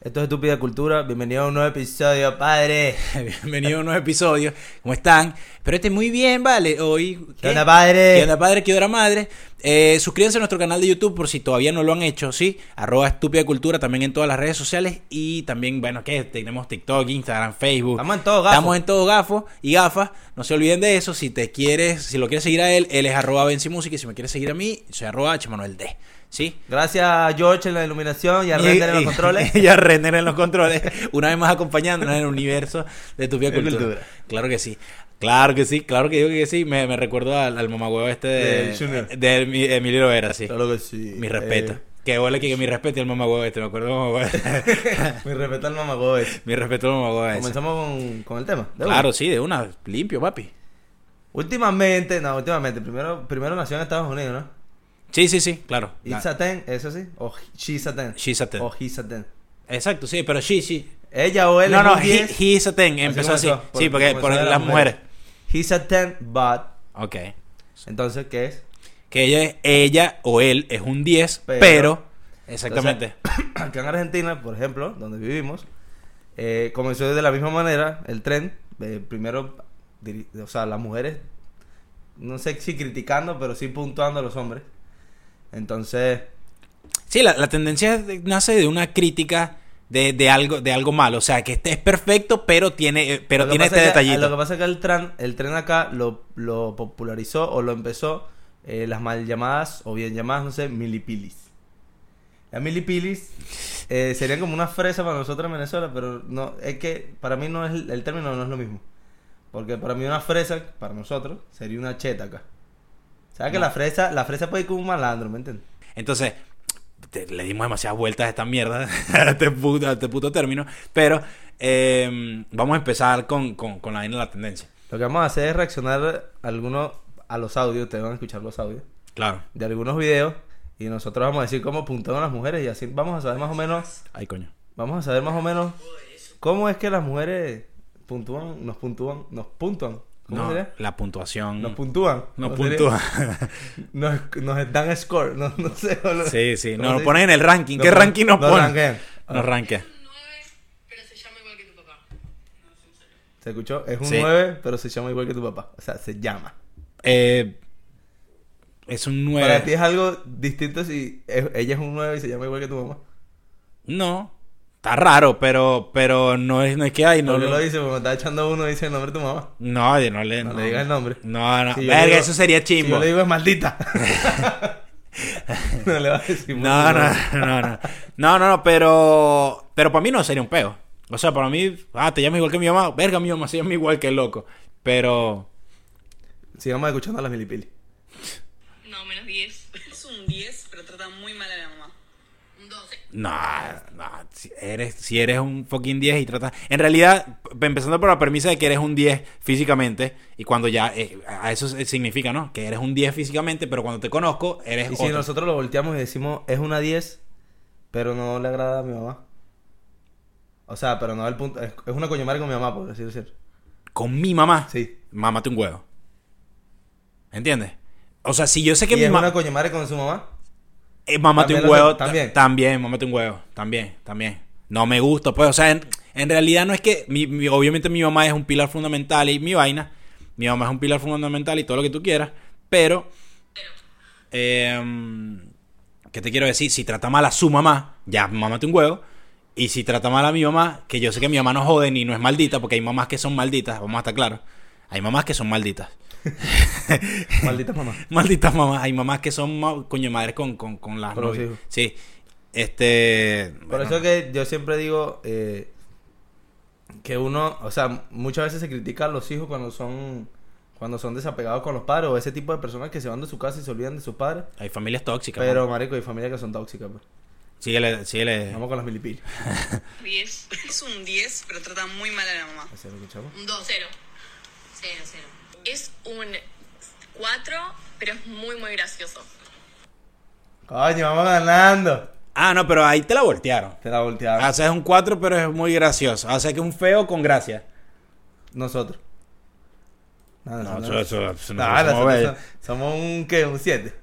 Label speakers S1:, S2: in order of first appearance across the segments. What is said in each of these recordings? S1: Esto es Estúpida Cultura. Bienvenido a un nuevo episodio, padre.
S2: Bienvenido a un nuevo episodio. ¿Cómo están? Pero este muy bien, vale. Hoy.
S1: ¿Qué, onda, padre?
S2: ¿Qué onda, padre? ¿Qué hora, madre? Eh, suscríbanse a nuestro canal de YouTube por si todavía no lo han hecho, ¿sí? Arroba Estúpida Cultura también en todas las redes sociales. Y también, bueno, que tenemos TikTok, Instagram, Facebook.
S1: Estamos en todo, gafo.
S2: Estamos en todo gafo y gafas. No se olviden de eso. Si te quieres, si lo quieres seguir a él, él es arroba Bencimusic. Y si me quieres seguir a mí, soy arroba H. Manuel D. ¿Sí?
S1: Gracias a George en la iluminación y a Render en los controles.
S2: y a Render en los controles. Una vez más acompañándonos en el universo de tu vida
S1: De
S2: cultura.
S1: cultura.
S2: Claro que sí. Claro que sí, claro que digo que sí. Me, me recuerdo al, al mamagüevo este
S1: Del Junior.
S2: de, de Emi- Emilio Lovera, sí.
S1: Claro que sí.
S2: Mi respeto.
S1: Eh,
S2: que huele que mi respeto al mamagüevo este, me acuerdo del mamagüevo. este.
S1: Eh, mi respeto al mamagüey.
S2: Mi respeto al mamagüevo ese.
S1: Comenzamos con, con el tema. ¿de una?
S2: Claro, sí, de una, limpio, papi.
S1: Últimamente, no, últimamente. Primero, primero nació en Estados Unidos, ¿no?
S2: Sí, sí, sí, claro.
S1: It's
S2: La-
S1: a ten, eso sí. O she's a ten.
S2: She's a ten.
S1: O he's a ten.
S2: Exacto, sí, pero sí, sí.
S1: Ella o él
S2: No,
S1: es
S2: no,
S1: un
S2: he,
S1: 10.
S2: he is a ten, empezó así.
S1: comenzó,
S2: sí, porque
S1: comenzó
S2: por
S1: de
S2: las mujeres.
S1: He's a ten, but.
S2: Ok.
S1: Entonces, ¿qué es?
S2: Que ella, es- ella o él es un 10,
S1: Pero-
S2: pero... exactamente.
S1: Acá en Argentina, por ejemplo, donde vivimos, eh, comenzó de la misma manera el tren. eh, primero, diri- o sea, las mujeres, no sé si criticando, pero sí puntuando a los hombres. Entonces,
S2: Sí, la, la tendencia es de- nace de una crítica de, de algo de algo malo, o sea, que este es perfecto, pero tiene eh, pero
S1: lo que
S2: tiene
S1: pasa
S2: este
S1: es que- Lo que
S2: detallito.
S1: pasa es que el tren, el tren acá lo, lo popularizó o lo empezó eh, las mal llamadas o bien llamadas, no sé, milipilis. Las milipilis eh, serían como una fresa para nosotros en Venezuela, pero no es que para mí no es el, el término no es lo mismo. Porque para mí una fresa, para nosotros, sería una cheta acá. O sea que la fresa, la fresa puede ir como un malandro, ¿me entiendes?
S2: Entonces, te- le dimos demasiadas vueltas a esta mierda, a este puto, a este puto término, pero eh, vamos a empezar con, con, con la vaina de la tendencia.
S1: Lo que vamos a hacer es reaccionar a algunos a los audios, ustedes van a escuchar los audios.
S2: Claro.
S1: de algunos videos y nosotros vamos a decir cómo apuntaron las mujeres y así vamos a saber más o menos,
S2: Ay, coño.
S1: vamos a saber más o menos cómo es que las mujeres puntúan, nos puntúan, nos puntúan, ¿cómo
S2: No,
S1: sería?
S2: la puntuación.
S1: Nos puntúan.
S2: no
S1: ¿cómo sería?
S2: puntúa.
S1: Nos, nos dan score, no, no sé. o lo-
S2: sí, sí.
S1: ¿cómo
S2: Nos
S1: se
S2: ponen en el ranking.
S1: Nos
S2: ¿Qué
S1: ponen-
S2: ranking nos
S1: nos
S2: ponen?
S1: rankean.
S2: Nos rankean.
S3: pero se llama igual que tu papá.
S1: dice? ¿Se escuchó? Es un
S2: Sí.
S1: 9, pero se llama igual que tu papá. O sea, se llama.
S2: Eh, es un 9.
S1: Para ti es algo distinto si es- ella es un 9 y se llama igual que tu mamá.
S2: No. Está raro, pero, pero no es, no es que hay. No,
S1: No,
S2: no-
S1: lo dice, porque me está echando uno y dice el nombre de tu mamá.
S2: No, yo no le,
S1: No le digas el nombre.
S2: No, no.
S1: Si yo
S2: Ah, Verga,
S1: digo-
S2: eso sería
S1: Si yo
S2: chimbo.
S1: le digo es maldita. no le vas a decir
S2: no, no, no, no. No, no, no, pero. Pero para mí no sería un peo. O sea, para mí. Ah, te llamas igual que mi mamá. Verga, mi mamá se llama igual que el loco. Pero.
S1: Sigamos escuchando a las milipilis.
S3: No, menos 10.
S4: Es un 10, pero trata muy mal a la mamá.
S3: Un 12.
S2: No, no. Si eres, si eres un fucking 10 y tratas. En realidad, p- empezando por la premisa de que eres un 10 físicamente. Y cuando ya. eh, a eso significa, ¿no? Que eres un 10 físicamente, pero cuando te conozco, eres
S1: Y si
S2: otro.
S1: nosotros lo volteamos y decimos es una 10, pero no le agrada a mi mamá. O sea, pero no al punto. Es, es una coño madre con mi mamá, por decirlo cierto.
S2: Con mi mamá.
S1: Sí.
S2: Mámate un huevo. ¿Entiendes? O sea, si yo sé que
S1: Y
S2: mi
S1: es
S2: mamá.
S1: una coño madre con su mamá.
S2: Eh, mámate
S1: También
S2: un
S1: lo hace-
S2: huevo. ta-
S1: también.
S2: También. mámate un huevo. También, también. No me gusta, pues. O sea, en, en realidad no es que. mi- mi- obviamente mi mamá es un pilar fundamental y mi vaina. Mi mamá es un pilar fundamental y todo lo que tú quieras. Pero. em, ¿Qué te quiero decir? Si trata mal a su mamá, ya mámate un huevo. Y si trata mal a mi mamá, que yo sé que mi mamá no jode ni no es maldita, porque hay mamás que son malditas, vamos a estar claros. Hay mamás que son malditas.
S1: Maldita mamá.
S2: Malditas mamás. Hay mamás que son ma- coño madres con, con, con las
S1: Con los
S2: novias.
S1: hijos.
S2: Sí. Este.
S1: Por
S2: bueno,
S1: eso que yo siempre digo eh, que uno, o sea, muchas veces se critica a los hijos cuando son cuando son desapegados con los padres o ese tipo de personas que se van de su casa y se olvidan de sus padres.
S2: Hay familias tóxicas.
S1: Pero,
S2: ¿no?
S1: marico, hay familias que son tóxicas, pues.
S2: Síguele, síguele.
S1: Vamos con las milipilis.
S3: 10.
S4: Es un 10, pero trata muy mal a la mamá.
S1: ¿Así lo escuchamos?
S3: Un 2. 0. 0, 0. Es un 4, pero es muy, muy gracioso.
S1: Coño, vamos ganando.
S2: Ah, no, pero ahí te la voltearon.
S1: Te la voltearon.
S2: O sea, es un 4, pero es muy gracioso. O sea, que un feo con gracia.
S1: Nosotros. Nada,
S2: No,
S1: somos-
S2: eso- eso- eso no-
S1: Nada,
S2: somos
S1: somos,
S2: bellos.
S1: somos un, ¿qué? Un Ah, 7.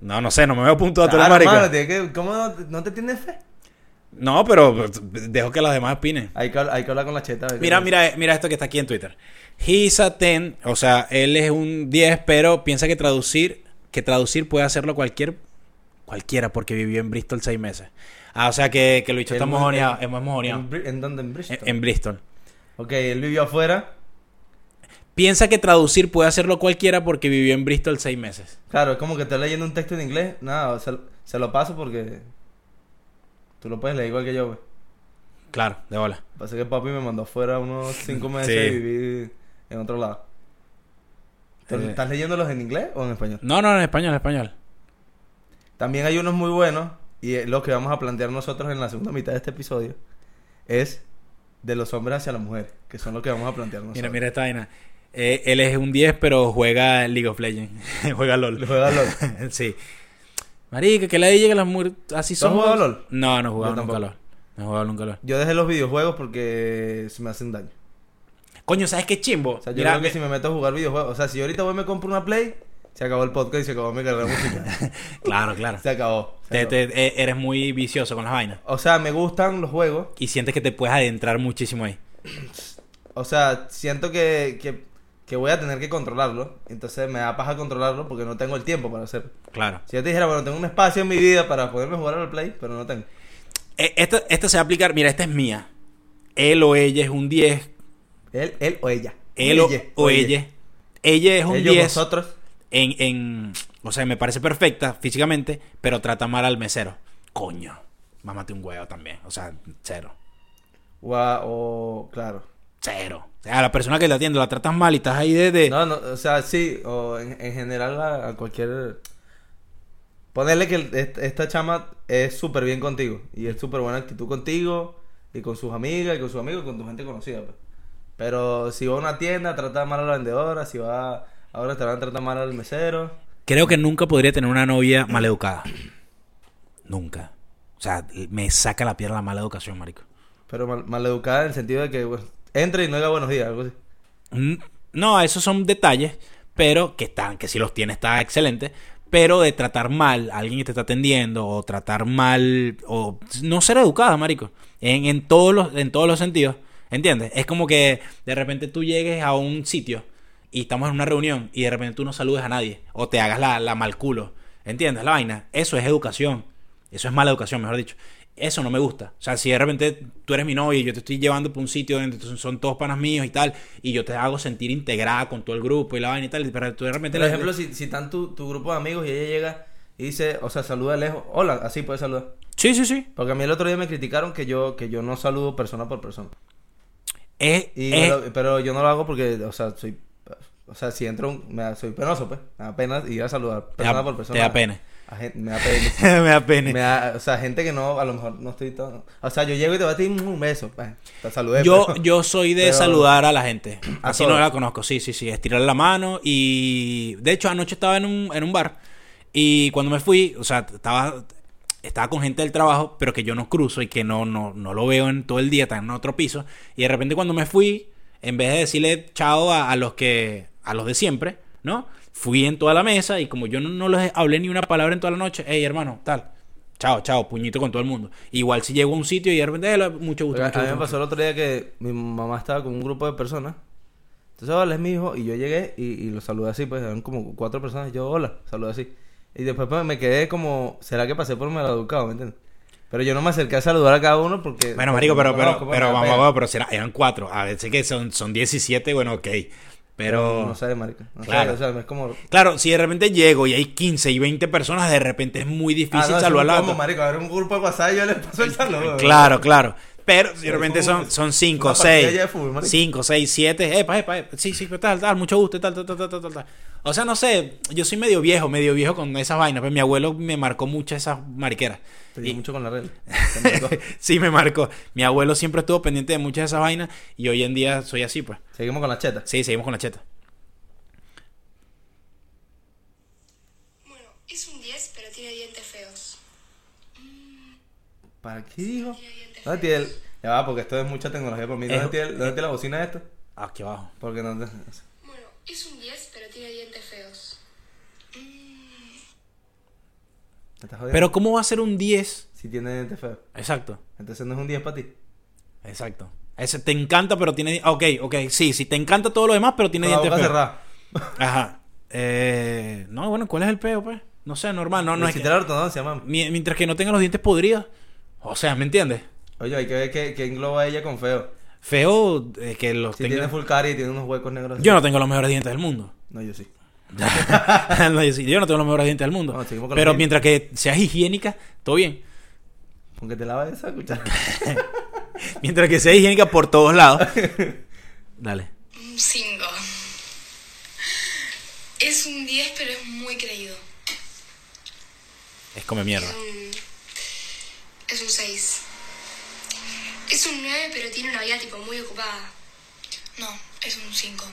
S2: No, no sé, no me veo puntuado, tú eres
S1: Claro,
S2: marico.
S1: hermano, tiene que- ¿Cómo no, no te tienes fe?
S2: No, pero dejo que las demás opinen.
S1: Hay que, hay que hablar con la cheta. a ver qué
S2: Mira,
S1: pasa.
S2: mira, mira esto que está aquí en Twitter. He's a 10, o sea, él es un 10, pero piensa que traducir, que traducir puede hacerlo cualquier, cualquiera, porque vivió en Bristol seis meses. Ah, o sea que, que lo dicho
S1: Él
S2: está
S1: mu-
S2: mojoneado,
S1: él-
S2: es más mojoneado.
S1: ¿En, Bri- en dónde? ¿En Bristol?
S2: En, en Bristol.
S1: Ok, él vivió afuera.
S2: Piensa que traducir puede hacerlo cualquiera porque vivió en Bristol seis meses.
S1: Claro, es como que estoy leyendo un texto en inglés. Nada, se, lo- se lo paso porque... Tú lo puedes leer igual que yo, pues. güey.
S2: Claro, de bola.
S1: Pasa que papi me mandó afuera unos cinco meses
S2: Sí.
S1: y viví en otro lado. ¿Tú-
S2: Eh.
S1: ¿Estás leyéndolos en inglés o en español?
S2: No, no, en español, en español.
S1: También hay unos muy buenos y eh, lo que vamos a plantear nosotros en la segunda mitad de este episodio es de los hombres hacia las mujeres, que son lo que vamos a plantear nosotros.
S2: Mira, mira esta vaina. Eh, él es un 10, pero juega League of Legends. juega LOL.
S1: El juego de LOL.
S2: sí. Marica, que la diga que las mujeres así
S1: ¿Tú has
S2: son.
S1: jugado LOL?
S2: No, no he jugado
S1: Yo
S2: nunca
S1: tampoco.
S2: LOL. No he jugado nunca LOL.
S1: Yo dejé los videojuegos porque se me hacen daño.
S2: Coño, ¿sabes qué chimbo?
S1: O sea, yo
S2: Mira,
S1: creo que
S2: me-
S1: si me meto a jugar videojuegos, o sea, si yo ahorita voy y me compro una Play, se acabó el podcast y se acabó mi carrera musical.
S2: Claro, claro.
S1: Se acabó. se
S2: Te-
S1: acabó.
S2: te- e- eres muy vicioso con las vainas.
S1: O sea, me gustan los juegos,
S2: Y sientes que te puedes adentrar muchísimo ahí.
S1: O sea, siento que, que, que voy a tener que controlarlo. Entonces me da paja controlarlo porque no tengo el tiempo para hacerlo.
S2: Claro.
S1: Si yo te dijera, bueno, tengo un espacio en mi vida para poderme jugar al play, pero no tengo.
S2: Eh, Esta, esta se va a aplicar. Mira, esta es mía. Él o ella es un 10.
S1: Él, él o ella.
S2: Él o, o ella. Ella es un
S1: Ellos,
S2: 10.
S1: nosotros.
S2: en, en- O sea, me parece perfecta físicamente, pero trata mal al mesero. Coño. Mámate un huevo también. O sea, cero.
S1: O, a- o- claro.
S2: Cero. O sea, a la persona que te atiende la tratas mal y estás ahí de. de-
S1: No, no, o sea, sí, o en, en general a, a cualquier... Ponerle que el- est- esta chama es súper bien contigo y es súper buena actitud contigo y con sus amigas y con sus amigos y con tu gente conocida. pues. Pero si va a una tienda, trata mal a la vendedora, si va a un restaurante, trata mal al mesero.
S2: Creo que nunca podría tener una novia maleducada. nunca. O sea, me saca la piedra la mala educación, marico.
S1: Pero mal, maleducada en el sentido de que bueno, entre y no diga buenos días, algo así.
S2: Mm, No, esos son detalles, pero que están, que si los tiene está excelente. Pero de tratar mal a alguien que te está atendiendo, o tratar mal, o no ser educada, marico. En, en todos los, en todos los sentidos. ¿Entiendes? Es como que de repente tú llegues a un sitio y estamos en una reunión y de repente tú no saludes a nadie. O te hagas la, la mal culo. ¿Entiendes? La vaina. Eso es educación. Eso es mala educación, mejor dicho. Eso no me gusta. O sea, si de repente tú eres mi novia y yo te estoy llevando por un sitio donde tú- son todos panas míos y tal, y yo te hago sentir integrada con todo el grupo y la vaina y tal, pero tú de repente...
S1: Por
S2: le-
S1: ejemplo, si, si están tu, tu grupo de amigos y ella llega y dice, o sea, saluda de lejos, hola, así puedes saludar.
S2: Sí, sí, sí.
S1: Porque a mí el otro día me criticaron que yo, que yo no saludo persona por persona.
S2: Es,
S1: Y
S2: es-
S1: me lo- pero yo no lo hago porque, o sea, soy. O sea, si entro, un- me da- soy penoso, pues. Me da pena ir a saludar
S2: Te da-
S1: persona por persona.
S2: te da pena.
S1: A gen- me da pena.
S2: me da pena.
S1: Me da- o sea, gente que no, a lo mejor no estoy todo. O sea, yo llego y te voy a decir un beso. pues, te saludé. pues.
S2: Yo,
S1: pero-
S2: yo soy de
S1: pero-
S2: saludar a la gente.
S1: A
S2: Así no
S1: todos.
S2: la conozco. Sí, sí, sí. Estirar la mano. Y de hecho, anoche estaba en un, en un bar. Y cuando me fui, o sea, estaba, estaba con gente del trabajo, pero que yo no cruzo y que no, no, no lo veo en todo el día, está en otro piso. Y de repente cuando me fui, en vez de decirle chao a, a los que. a los de siempre, ¿no? Fui en toda la mesa y como yo no, no les hablé ni una palabra en toda la noche, hey hermano, tal. Chao, chao, puñito con todo el mundo. Igual si llego a un sitio y de repente, "Hola, mucho gusto.
S1: Oiga,
S2: mucho
S1: a mí me
S2: gusto".
S1: pasó el otro día que mi mamá estaba con un grupo de personas. Entonces, hola, es mi hijo. Y yo llegué y, y lo saludé así, pues eran como cuatro personas. Yo, hola, saludé así. Y después pues, me quedé como, ¿será que pasé por maleducado? ¿Me entiendes? Pero yo no me acerqué a saludar a cada uno porque.
S2: Bueno, marico, pero,
S1: porque no
S2: pero,
S1: conozco, pues,
S2: pero
S1: me da
S2: vamos,
S1: pena.
S2: vamos, pero será- eran cuatro. A ver, sé que son, son 17, bueno, ok. Pero...
S1: No sé, marico. No sé,
S2: Claro.
S1: o sea, es como.
S2: Claro, si de repente llego y hay 15 y 20 personas, de repente es muy
S1: Ah,
S2: difícil
S1: no,
S2: saludar a
S1: es
S2: la
S1: como,
S2: otra.
S1: marico, a ver un grupo de WhatsApp y yo le paso el saludo.
S2: Claro, claro. Pero si de
S1: Es
S2: repente
S1: como-
S2: son, son 5,
S1: una partida
S2: 6,
S1: ya de fútbol, marico.
S2: 5, 6, 7, epa, epa, epa, sí, sí, tal, tal, mucho gusto, tal, tal, tal, tal, tal, tal. O sea, no sé, yo soy medio viejo, medio viejo con esas vainas, pero mi abuelo me marcó mucho esas mariqueras.
S1: Te
S2: Y-
S1: digo mucho con la Este, regla. Te marcó.
S2: sí, me marcó. Mi abuelo siempre estuvo pendiente de muchas de esas vainas y hoy en día soy así, pues.
S1: Seguimos con la cheta.
S2: Sí, seguimos con la cheta.
S5: Bueno, es un 10, pero tiene dientes feos.
S1: ¿Para qué dijo? ¿Dónde tiene el.? Ya va, porque esto es mucha tecnología para mí.
S2: Es-
S1: ¿Dónde tiene, el- dónde tiene la bocina esto?
S2: Aquí abajo.
S1: Porque no te...
S5: Bueno, es un 10, pero tiene dientes feos.
S1: ¿Te estás jodiendo?
S2: Pero ¿cómo va a ser un 10?
S1: Si si tiene dientes feos.
S2: Exacto.
S1: Entonces no es un 10 para ti.
S2: Exacto. Ese te encanta, pero tiene. ah, Ok, ok, sí, sí, te encanta todo lo demás, pero tiene
S1: Con la
S2: dientes
S1: boca
S2: feos.
S1: cerrada.
S2: Ajá. Eh, no, bueno, ¿cuál es el peo, pues? No sé, normal, no, no es que-
S1: Necesita la ortodoncia, mami.
S2: mi- Mientras que no tenga los dientes podridos. O sea, ¿me entiendes?
S1: Oye, hay que ver qué, qué engloba ella con feo.
S2: Feo eh, que los
S1: Si
S2: tenga-
S1: tiene full cara y tiene unos huecos negros.
S2: Yo no tengo los mejores dientes del mundo.
S1: No, yo sí.
S2: No, yo sí, yo no tengo los mejores dientes del mundo.
S1: No, seguimos con
S2: pero
S1: los
S2: mientras que seas higiénica, todo bien.
S1: Aunque te lavas esa cuchara.
S2: Mientras que seas higiénica por todos lados. Dale.
S5: 5. Es un 10, pero es muy creído.
S2: Es come mierda.
S5: Mm, Es un 6. Es un 9, pero tiene una vida tipo muy ocupada. No, es un 5.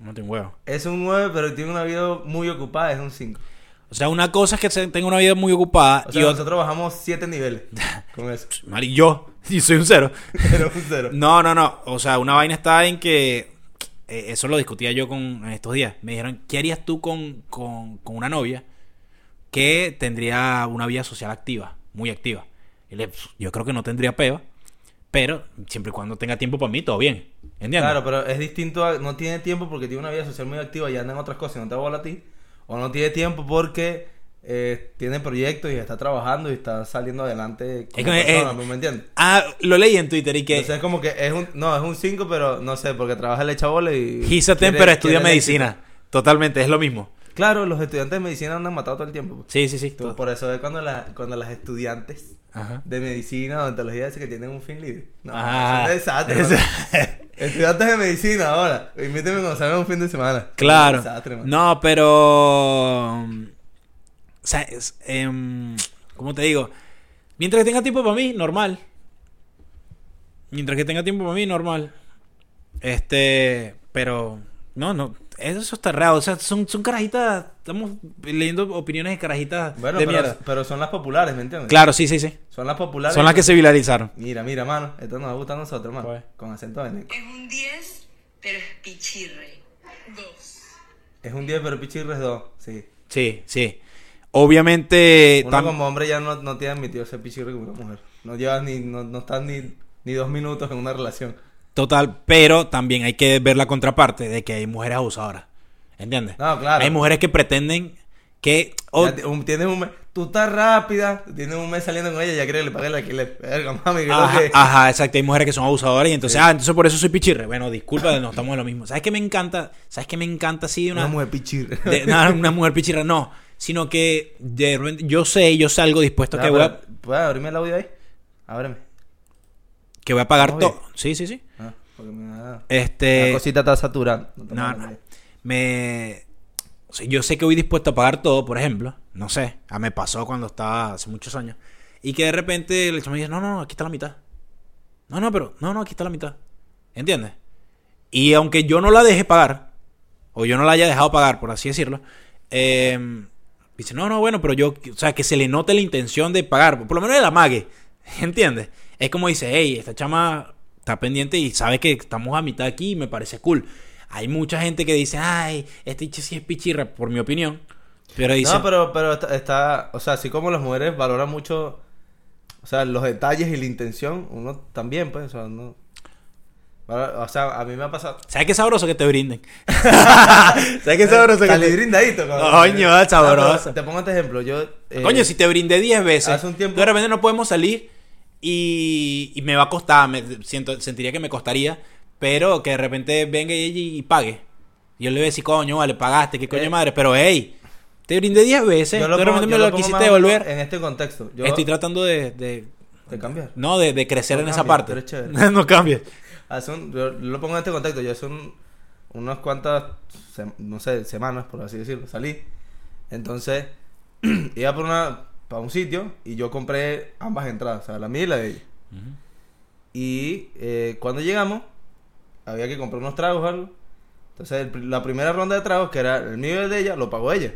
S2: No tengo huevo.
S1: Es un 9, pero tiene una vida muy ocupada, es un 5.
S2: O sea, una cosa es que se- tenga una vida muy ocupada.
S1: O sea,
S2: y otra.
S1: nosotros bajamos 7 niveles con eso.
S2: Mari, yo. Y soy un cero.
S1: Pero un 0.
S2: No, no, no. O sea, una vaina está en que. eh, eso lo discutía yo con en estos días. Me dijeron, ¿qué harías tú con, con, con una novia que tendría una vida social activa, muy activa? Y le- yo creo que no tendría peo, pero siempre y cuando tenga tiempo para mí, todo bien. ¿Entiendes?
S1: Claro, pero es distinto a- No tiene tiempo porque tiene una vida social muy activa y anda en otras cosas y no te bola a ti. O no tiene tiempo porque eh, tiene proyectos y está trabajando y está saliendo adelante como
S2: que,
S1: persona,
S2: eh,
S1: ¿me entiendes?
S2: Ah, lo leí en Twitter y que.
S1: Entonces es como que es un... No, es un 5, pero no sé, porque trabaja el echabola y...
S2: He's a ten,
S1: quiere-
S2: pero estudia
S1: quiere el éxito.
S2: medicina. Totalmente, es lo mismo.
S1: Claro, los estudiantes de medicina andan matados todo el tiempo.
S2: Sí, sí, sí.
S1: Tú,
S2: todo.
S1: por eso es cuando, la- cuando las estudiantes
S2: Ajá.
S1: de medicina o odontología dicen que tienen un fin libre. No,
S2: Ah,
S1: es un desastre.
S2: es-
S1: mano. estudiantes de medicina ahora. Invíteme cuando salgan un fin de semana.
S2: Claro.
S1: Es un desastre, mano.
S2: no, pero. mm, O sea, es, em, ¿cómo te digo? Mientras que tenga tiempo para mí, normal. Mientras que tenga tiempo para mí, normal. Este. Pero. No, no. Eso está raro. O sea, son, son carajitas. Estamos leyendo opiniones de carajitas
S1: Bueno,
S2: de
S1: pero,
S2: mierda.
S1: pero son las populares, ¿me entiendes?
S2: Claro, sí, sí, sí.
S1: Son las populares.
S2: Son las que se viralizaron.
S1: Mira, mira, mano. Esto nos gusta a nosotros, mano.
S2: Pues.
S1: Con acento veneco.
S4: Es un 10, pero es pichirre.
S5: 2.
S1: Es un 10, pero pichirres 2. Sí.
S2: Sí, sí. Obviamente.
S1: Uno
S2: tam-
S1: como hombre ya no, no tiene admitido ser pichirre como una mujer. No llevas ni... No, no estás ni, ni dos minutos en una relación.
S2: Total, pero también hay que ver la contraparte de que hay mujeres abusadoras. ¿Entiendes?
S1: No, claro.
S2: Hay mujeres que pretenden que. oh, o-
S1: Ya te- un- tienes un mes, tú estás rápida, tienes un mes saliendo con ella, ya creo que le pagué el alquiler. Verga, mami, creo
S2: ajá,
S1: que-
S2: ajá, exacto. Hay mujeres que son abusadoras y entonces, ah, entonces por eso soy pichirre. Bueno, disculpa, no estamos en lo mismo. ¿Sabes qué me encanta? ¿Sabes qué me encanta así de
S1: Una
S2: una,
S1: mujer pichirre.
S2: de- no, una mujer pichirra? No, sino que de repente yo sé, yo salgo dispuesto
S1: Ya,
S2: que,
S1: pero,
S2: voy a,
S1: ¿Puedes abrirme el audio ahí? Ábreme.
S2: que voy a pagar
S1: Vamos
S2: todo. Sí, sí, sí.
S1: Ah, porque me da-
S2: Este,
S1: La cosita está saturada. No, te
S2: No,
S1: pongas
S2: no.
S1: mal.
S2: Me. o sea, yo sé que voy dispuesto a pagar todo, por ejemplo. No sé. Ah, me pasó cuando estaba hace muchos años. Y que de repente el chamo me dice: No, no, no, aquí está la mitad. No, no, pero. No, no, aquí está la mitad. ¿Entiendes? Y aunque yo no la deje pagar, o yo no la haya dejado pagar, por así decirlo, eh, dice: No, no, bueno, pero yo. O sea, que se le note la intención de pagar. Por lo menos el amague. ¿Entiendes? Es como dice: Hey, esta chama está pendiente y sabe que estamos a mitad aquí y me parece cool. Hay mucha gente que dice, ay, este bicho sí es pichirra, por mi opinión. Pero dice,
S1: No, pero, pero está, está- O sea, así como las mujeres valoran mucho. O sea, los detalles y la intención, uno también, pues. O sea, no- O sea, a mí me ha pasado.
S2: ¿sabes qué sabroso que te brinden? ¿Sabes qué sabroso que
S1: Salí
S2: te
S1: brindadito,
S2: Coño, sabroso.
S1: Ah, pero Te pongo este ejemplo. Yo. eh,
S2: Coño, si te brindé 10 veces,
S1: hace un tiempo-
S2: de repente no podemos salir y, y me va a costar, me siento, sentiría que me costaría, pero que de repente venga ella y, y pague. Yo le voy a decir, coño, vale, pagaste, qué coño
S1: Eh.
S2: de madre, pero hey, te brindé 10 veces,
S1: Yo
S2: tú de
S1: pongo-
S2: repente
S1: yo
S2: me lo,
S1: pongo
S2: quisiste
S1: más o menos
S2: devolver.
S1: En este contexto. Yo
S2: Estoy tratando de, de-
S1: de cambiar.
S2: no, de, de crecer
S1: No
S2: en esa
S1: cambies,
S2: parte.
S1: tú eres chévere.
S2: no cambies.
S1: Hace un- yo lo pongo en este contexto. Yo hace un- unas cuantas, sem- no sé, semanas, por así decirlo, salí. Entonces, iba por una, para un sitio y yo compré ambas entradas, o sea, la mía y la de ella. Y eh, cuando llegamos, había que comprar unos tragos o algo. Entonces, el pri- la primera ronda de tragos, que era el mío y el de ella, lo pagó ella.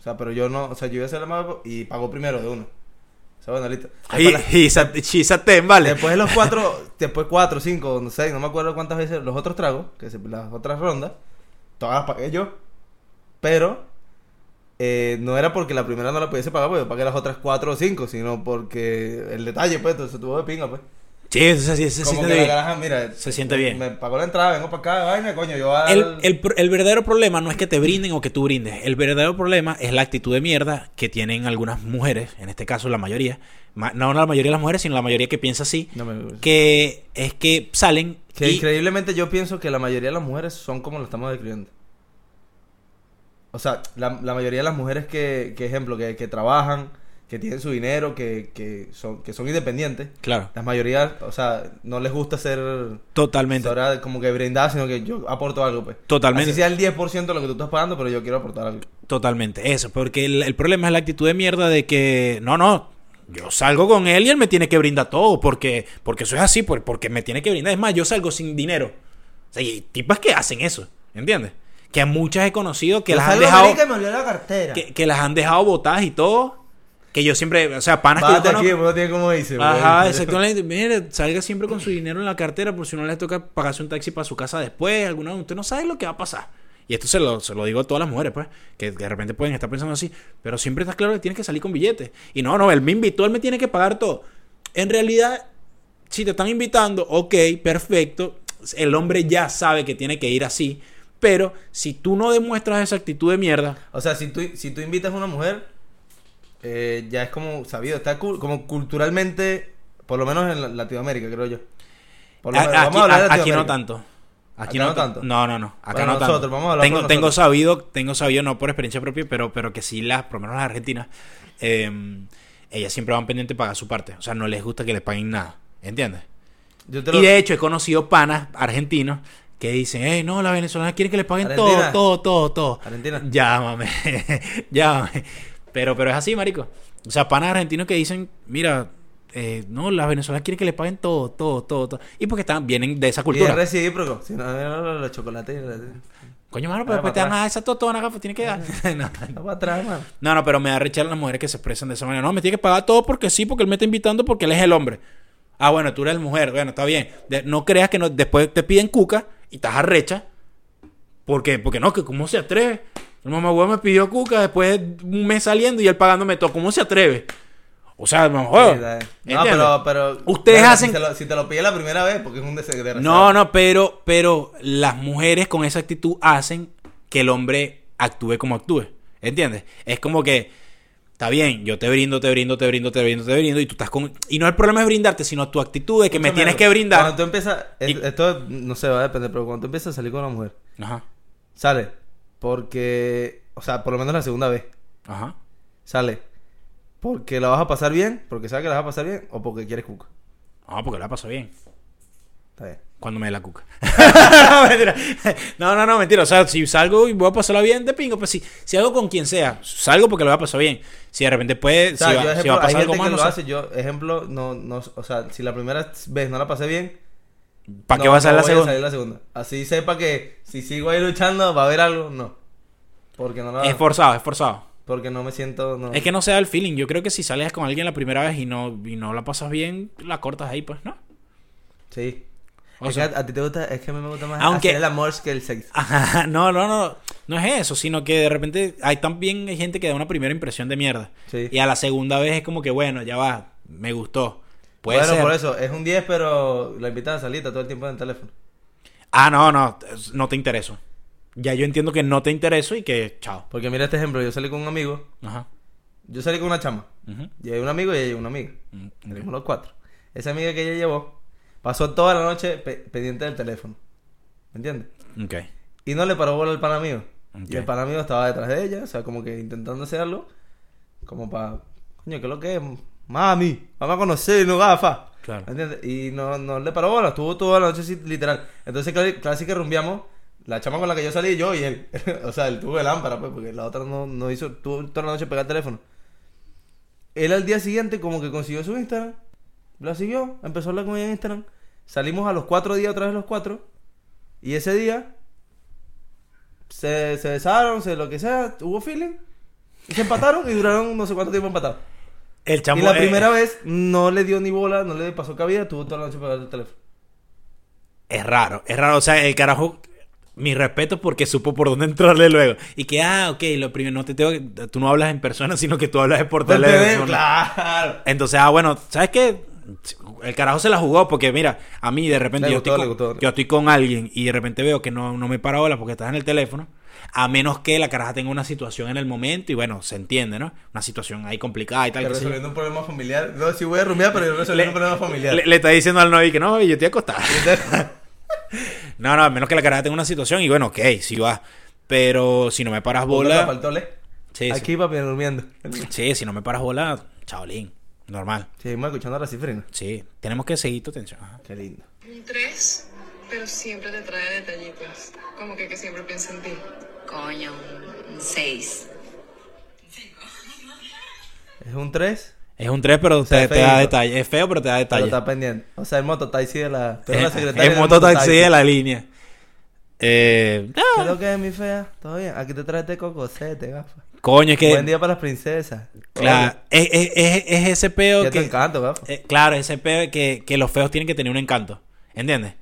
S1: O sea, pero yo no, o sea, yo iba a hacer la mala y pagó primero de uno. O sea, bueno, listo.
S2: Y,
S1: Después la-
S2: y sa- she's a ten, vale.
S1: Después de los cuatro, después cuatro, cinco, no sé, no me acuerdo cuántas veces los otros tragos, que se, las otras rondas, todas las pagué yo. Pero eh, no era porque la primera no la pudiese pagar, porque yo pagué las otras cuatro o cinco, sino porque el detalle, pues, se tuvo de pinga, pues.
S2: Sí, eso sí, eso sí
S1: Como
S2: está
S1: que la
S2: bien.
S1: caraja, mira,
S2: Se siente bien.
S1: Me pagó la entrada, vengo para acá, vaina, coño, yo al...
S2: El, el pro- el verdadero problema no es que te brinden o que tú brindes. El verdadero problema es la actitud de mierda que tienen algunas mujeres, en este caso la mayoría. Ma- No, no la mayoría de las mujeres, sino la mayoría que piensa así.
S1: No me-
S2: Que es que salen
S1: Que
S2: y-
S1: increíblemente yo pienso que la mayoría de las mujeres son como lo estamos describiendo. O sea, la, la mayoría de las mujeres que, que ejemplo, que, que trabajan, que tienen su dinero, que, que son, que son independientes,
S2: Claro,
S1: las mayoría, o sea, no les gusta ser
S2: totalmente.
S1: ahora como que brindada, sino que yo aporto algo, pues.
S2: Totalmente.
S1: Así sea el 10% de lo que tú estás pagando, pero yo quiero aportar algo.
S2: Totalmente, eso, porque el, el problema es la actitud de mierda de que, no, no, yo salgo con él y él me tiene que brindar todo, porque, porque eso es así, por- porque me tiene que brindar. Es más, yo salgo sin dinero. O sea, y hay tipas que hacen eso, ¿entiendes? Que a muchas he conocido que
S1: Yo
S2: las han
S1: salgo,
S2: dejado,
S1: marica, y me olvidé la cartera.
S2: que, que las han dejado botadas y todo, que yo siempre, o sea, panas que yo
S1: Bájate aquí,
S2: conozco-
S1: uno tiene como dice. pues.
S2: Ajá,
S1: güey.
S2: exactamente. Mire, salga siempre con su dinero en la cartera por si no les toca pagarse un taxi para su casa después. Alguna, usted no sabe lo que va a pasar. Y esto se lo, se lo digo a todas las mujeres, pues, que de repente pueden estar pensando así, pero siempre está claro que tienes que salir con billetes. Y no, no, él me invitó, él me tiene que pagar todo. En realidad, si te están invitando, ok, perfecto. El hombre ya sabe que tiene que ir así, pero si tú no demuestras esa actitud de mierda,
S1: O sea, si tú, si tú invitas a una mujer, eh, ya es como sabido, está cul- como culturalmente, por lo menos en la- Latinoamérica, creo yo. Por lo
S2: A-
S1: menos-
S2: aquí,
S1: vamos a hablar de
S2: a- aquí no
S1: Latinoamérica.
S2: tanto. Aquí
S1: Acá
S2: no
S1: no
S2: tanto.
S1: tanto.
S2: No, no, no. Acá
S1: Bueno,
S2: no tanto.
S1: nosotros, vamos a hablar
S2: tengo,
S1: por
S2: tengo
S1: nosotros.
S2: sabido, tengo sabido, no por experiencia propia, pero, pero que sí las, por lo menos las argentinas, eh, ellas siempre van pendientes de pagar su parte. O sea, no les gusta que les paguen nada. ¿Entiendes?
S1: Yo te lo-
S2: Y de hecho he conocido panas argentinos que dicen, hey, no, las venezolanas quieren que les paguen
S1: Argentina.
S2: todo, todo, todo, todo.
S1: Argentina.
S2: Llámame, llámame. Pero, pero es así, marico. O sea, panas argentinos que dicen, mira, eh, no, las venezolanas quieren que les paguen todo, todo, todo, todo. Y porque están, vienen de esa
S1: Y es
S2: cultura.
S1: recíproco. Si no, no, no, los chocolates.
S2: Coño, mano,
S1: Ah,
S2: pero después te
S1: para
S2: dan a esa totona, gafo, tienes que dar. no,
S1: Está para atrás, hermano.
S2: no, no, pero me da rechar las mujeres que se expresan de esa manera. No, me tiene que pagar todo porque sí, porque él me está invitando porque él es el hombre. Ah, bueno, tú eres mujer. Bueno, está bien. De- no creas que no, después te piden cuca y estás arrecha. ¿Por qué? Porque no, que cómo se atreve. El mamá huevo me pidió cuca después de un mes saliendo y él pagándome todo. ¿Cómo se atreve? O sea, mamá huevo.
S1: Sí, está bien. no,
S2: ¿Entiendes?
S1: pero, pero.
S2: Oh, Ustedes
S1: verga,
S2: hacen-
S1: Si te, lo, si te lo pide la primera vez, porque es un desgraciado.
S2: No, no, pero, pero las mujeres con esa actitud hacen que el hombre actúe como actúe. ¿Entiendes? Es como que, está bien, yo te brindo, te brindo, te brindo, te brindo, te brindo, y tú estás con... Y no el problema es brindarte, sino tu actitud de que me
S1: Escúchame
S2: tienes
S1: algo.
S2: que brindar.
S1: Cuando tú empiezas.
S2: Y-
S1: Esto no sé, va a depender, pero cuando tú empiezas a salir con una mujer,
S2: Ajá,
S1: sale. Porque. O sea, por lo menos la segunda vez.
S2: ajá.
S1: Sale. Porque la vas a pasar bien, porque sabes que la vas a pasar bien, o porque quieres cuca.
S2: Ah, porque la paso bien.
S1: Está bien.
S2: Cuando me dé la cuca. Mentira. No, no, no, mentira. O sea, si salgo y voy a pasarla bien, de pingo. Pues si, si hago con quien sea, salgo porque lo voy a pasar bien. Si de repente puede,
S1: O sea,
S2: si,
S1: yo,
S2: va, si
S1: ejemplo,
S2: va a
S1: hay
S2: pasar algo
S1: gente
S2: más,
S1: que
S2: no
S1: lo
S2: sé.
S1: hace. Yo, ejemplo, no, no, o sea, si la primera vez no la pasé bien,
S2: ¿Para
S1: no-
S2: qué va a salir
S1: no
S2: la
S1: voy
S2: segunda?
S1: salir la segunda. Así sepa que si sigo ahí luchando, va a haber algo, no. Porque no la-
S2: Es forzado, es forzado.
S1: Porque no me siento. No.
S2: Es que no se da el feeling. Yo creo que si sales con alguien la primera vez y no, y no la pasas bien, la cortas ahí, pues, ¿no?
S1: Sí.
S2: O
S1: Es
S2: sea-
S1: que a, a ti te gusta, es que a mí me gusta más
S2: Aunque-
S1: hacer el amor que el sexo.
S2: Ajá, no, no, no. No es eso, sino que de repente hay también hay gente que da una primera impresión de mierda.
S1: Sí.
S2: Y a la segunda vez es como que, bueno, ya va, me gustó. Puede
S1: bueno,
S2: ser.
S1: por eso, es un 10, pero la invitas a salir, está todo el tiempo en el teléfono.
S2: Ah, no, no, no te intereso. Ya yo entiendo que no te intereso y que chao.
S1: Porque mira este ejemplo, yo salí con un amigo,
S2: Ajá.
S1: yo salí con una chama.
S2: ujú,
S1: Llevé un amigo y ella llevó una amiga.
S2: mm, ok.
S1: Salimos los cuatro. Esa amiga que ella llevó pasó toda la noche pe- pendiente del teléfono. ¿Me entiendes?
S2: Ok.
S1: Y no le paró bola al pan amigo.
S2: Ok.
S1: Y el pan amigo estaba detrás de ella, o sea, como que intentando hacer algo. Como para, coño, ¿qué es lo que es? Mami, vamos a conocernos, gafa.
S2: Claro.
S1: ¿Me entiendes? Y no, no le paró bola, estuvo toda la noche así, literal. Entonces, cl- casi que rumbiamos. La chama con la que yo salí, yo y él. o sea, él tuvo de lámpara, pues, porque la otra no, no hizo, tuvo toda la noche pegar el teléfono. Él al día siguiente como que consiguió su Instagram, la siguió, empezó a hablar con ella en Instagram. Salimos a los cuatro días, otra vez los cuatro. Y ese día se, se besaron, se lo que sea, hubo feeling. Y se empataron y duraron no sé cuánto tiempo empatados.
S2: El chamo,
S1: Y la
S2: eh,
S1: primera vez no le dio ni bola, no le pasó cabida, tuvo toda la noche pegado el teléfono.
S2: Es raro, es raro. O sea, el carajo mi respeto porque supo por dónde entrarle luego. Y que, ah, ok, lo primero, no te tengo, que- tú no hablas en persona, sino que tú hablas es por
S1: Por
S2: teléfono.
S1: teléfono, Pues, Claro.
S2: Entonces, ah, bueno, ¿sabes qué? El carajo se la jugó porque, mira, a mí de repente
S1: Le
S2: yo,
S1: gustó,
S2: estoy
S1: le
S2: con,
S1: gustó.
S2: yo estoy con alguien y de repente veo que no, no me para bola porque estás en el teléfono, a menos que la caraja tenga una situación en el momento y bueno, se entiende, ¿no? Una situación ahí complicada y tal.
S1: Pero
S2: qué sé yo.
S1: resolviendo un problema familiar. No, sí voy a rumiar, pero yo resolviendo un problema familiar.
S2: Le, le está diciendo al novio que no, yo te acostada. no, no, a menos que la caraja tenga una situación y bueno, ok, sí va. Pero si no me paras
S1: Bola.
S2: bola. Sí,
S1: Aquí, papi, durmiendo.
S2: sí. Sí, si no me paras bola, chaolín. Normal.
S1: Seguimos escuchando a la cifrina.
S2: Sí, tenemos que seguir tu atención. Ajá.
S1: Qué lindo.
S4: Un 3, pero siempre te trae detallitos. Como que, que siempre piensa en ti.
S3: Coño, un 6.
S1: Es un 3,
S2: Es un 3, pero
S1: sea,
S2: te,
S1: es
S2: te da
S1: feíto.
S2: detalle. Es feo, pero te da
S1: pero
S2: detalle.
S1: está pendiente. O sea, el mototaxi de la. tú eres la
S2: Es,
S1: secretaria
S2: es
S1: del
S2: mototaxi de la línea. Eh, ah,
S1: ¿Qué es lo que es mi fea? Todo bien. Aquí te traes este cocosete, gafa.
S2: coño, es que.
S1: Buen día para las princesas.
S2: Claro, es, es- es- es ese peo
S1: Oye, ¿Qué
S2: que.
S1: te encanto, gafa?
S2: Eh, claro, ese peo de que, que los feos tienen que tener un encanto. ¿Entiendes?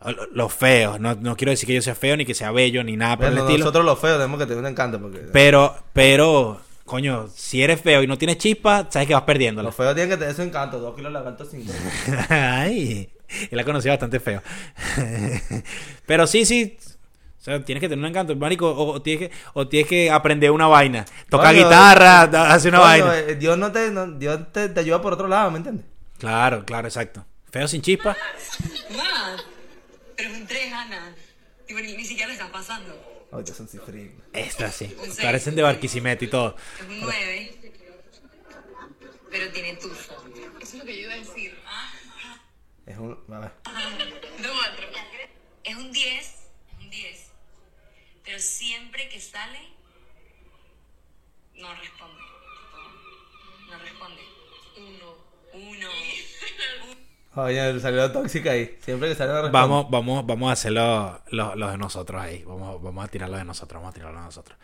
S2: O lo- Los feos. No, no quiero decir que yo sea feo, ni que sea bello, ni nada por
S1: Bueno,
S2: el estilo.
S1: nosotros los feos tenemos que tener un encanto porque
S2: Pero, pero, coño, si eres feo y no tienes chispa, sabes que vas perdiéndolo.
S1: los feos tienen que tener su encanto. Dos kilos de lagarto, cinco.
S2: Ay, él la conocía bastante feo. pero sí, sí. O sea, tienes que tener un encanto, marico. O, o tienes, que, o tienes que aprender una vaina. Toca
S1: Coño,
S2: guitarra, da- hace una
S1: Coño,
S2: vaina.
S1: eh, Dios no te, no- Dios te, te ayuda por otro lado, ¿me entiendes?
S2: Claro, claro, exacto. Feo sin chispa.
S4: Más. Pero es un 3, Ana. Tipo, ni, ni siquiera lo estás pasando.
S1: Ahorita son cifrinas.
S2: Extra, sí.
S4: Un seis.
S2: Parecen de Barquisimeto y todo.
S4: Es un 9. Pero tiene tufa. Eso es lo que yo iba a decir.
S1: Es un. A ver.
S4: No, otro.
S3: Es un 10, es un 10. Pero siempre que sale, no responde. Tipo, No responde. Uno. Uno.
S1: Oye, salió tóxica ahí. Siempre que sale una respuesta.
S2: Vamos, vamos, vamos a hacer los de nosotros ahí. Vamos, vamos a tirar los de nosotros, vamos a tirar los de nosotros.